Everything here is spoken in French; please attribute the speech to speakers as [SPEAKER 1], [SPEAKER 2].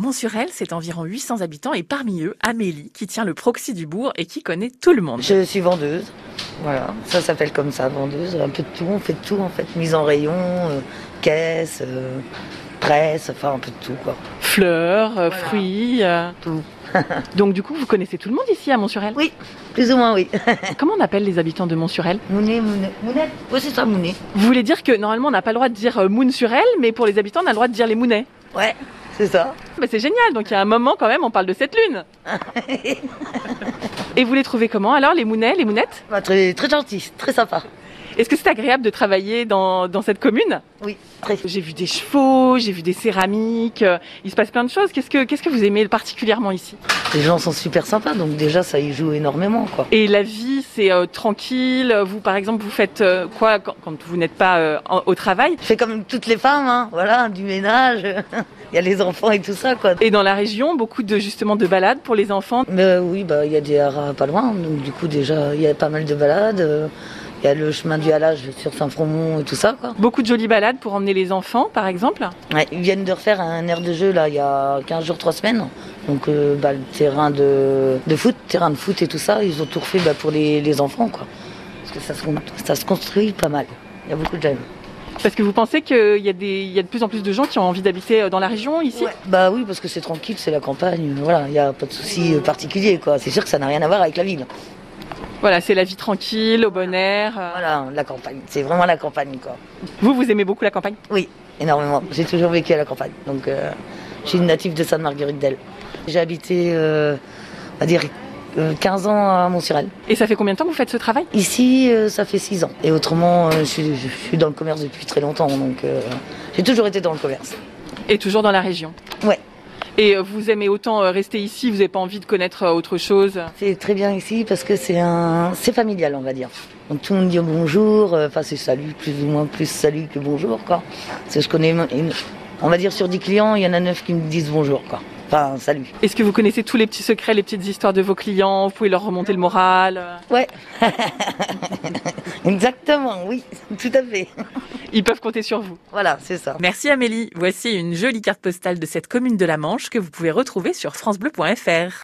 [SPEAKER 1] Montsurel, c'est environ 800 habitants et parmi eux, Amélie, qui tient le proxy du bourg et qui connaît tout le monde.
[SPEAKER 2] Je suis vendeuse, voilà, ça s'appelle comme ça, vendeuse, un peu de tout, on fait de tout en fait, mise en rayon, euh, caisse, euh, presse, enfin un peu de tout quoi,
[SPEAKER 1] Fleurs, euh,
[SPEAKER 2] Voilà.
[SPEAKER 1] fruits. euh.
[SPEAKER 2] tout.
[SPEAKER 1] Donc du coup, vous connaissez tout le monde ici à Montsurel
[SPEAKER 2] Oui. Plus ou moins oui.
[SPEAKER 1] Comment on appelle les habitants de Montsurel
[SPEAKER 2] Mounet, Mounet, Mounet, oui c'est ça Mounet.
[SPEAKER 1] Vous voulez dire que normalement, on n'a pas le droit de dire euh, Mounsurel, mais pour les habitants, on a le droit de dire les Mounets.
[SPEAKER 2] Ouais, c'est ça.
[SPEAKER 1] Bah, c'est génial, donc il y a un moment quand même, on parle de cette lune. Et vous les trouvez comment alors, les Mounets, les Mounettes
[SPEAKER 2] Bah, très, très gentil, très sympa.
[SPEAKER 1] Est-ce que c'est agréable de travailler dans, dans cette commune
[SPEAKER 2] Oui, très.
[SPEAKER 1] J'ai vu des chevaux, j'ai vu des céramiques, euh, il se passe plein de choses. Qu'est-ce que, qu'est-ce que vous aimez particulièrement ici
[SPEAKER 2] Les gens sont super sympas, donc déjà ça y joue énormément quoi.
[SPEAKER 1] Et la vie, c'est euh, tranquille. Vous, par exemple, vous faites euh, quoi quand, quand vous n'êtes pas euh, en- au travail
[SPEAKER 2] Je fais comme toutes les femmes, hein, voilà, du ménage, il y a les enfants et tout ça quoi.
[SPEAKER 1] Et dans la région, beaucoup de justement de balades pour les enfants.
[SPEAKER 2] Mais euh, oui, bah il y a des haras pas loin, donc du coup déjà il y a pas mal de balades. euh, Il y a le chemin du halage sur Saint-Fromont et tout ça quoi.
[SPEAKER 1] Beaucoup de jolies balades pour emmener les enfants, par exemple.
[SPEAKER 2] Ouais, ils viennent de refaire un air de jeu là il y a 15 jours, 3 semaines. Donc euh, bah, le terrain de, de foot, terrain de foot et tout ça, ils ont tout refait bah, pour les, les enfants quoi. Parce que ça se, con- ça se construit pas mal. Il y a beaucoup de jeunes.
[SPEAKER 1] Parce que vous pensez qu'il y, a des- il y a de plus en plus de gens qui ont envie d'habiter euh, dans la région ici
[SPEAKER 2] Bah oui, parce que c'est tranquille, c'est la campagne, voilà, il n'y a pas de souci euh, particulier quoi. C'est sûr que ça n'a rien à voir avec la ville.
[SPEAKER 1] Voilà, c'est la vie tranquille, au bon air. euh.
[SPEAKER 2] Voilà, la campagne, c'est vraiment la campagne quoi.
[SPEAKER 1] Vous, vous aimez beaucoup la campagne
[SPEAKER 2] Énormément. J'ai toujours vécu à la campagne, donc euh, je suis une native de Sainte-Marguerite-d'Elle. J'ai habité, euh, on va dire, euh, 15 ans à Montsurel.
[SPEAKER 1] Et ça fait combien de temps que vous faites ce travail
[SPEAKER 2] Ici, euh, ça fait 6 ans. Et autrement, euh, je, suis, je suis dans le commerce depuis très longtemps, donc euh, j'ai toujours été dans le commerce.
[SPEAKER 1] Et toujours dans la région
[SPEAKER 2] Ouais.
[SPEAKER 1] Et euh, vous aimez autant euh, rester ici, vous n'avez pas envie de connaître euh, autre chose
[SPEAKER 2] C'est très bien ici parce que c'est un, c'est familial, on va dire. Donc tout le monde dit bonjour, euh, enfin c'est salut, plus ou moins plus salut que bonjour, quoi. Parce que je connais, une- on va dire sur 10 clients, il y en a 9 qui me disent bonjour, quoi. Enfin, salut.
[SPEAKER 1] Est-ce que vous connaissez tous les petits secrets, les petites histoires de vos clients Vous pouvez leur remonter le moral euh.
[SPEAKER 2] Exactement, oui, tout à fait.
[SPEAKER 1] Ils peuvent compter sur vous.
[SPEAKER 2] Voilà, c'est ça.
[SPEAKER 1] Merci Amélie. Voici une jolie carte postale de cette commune de la Manche que vous pouvez retrouver sur francebleu.fr.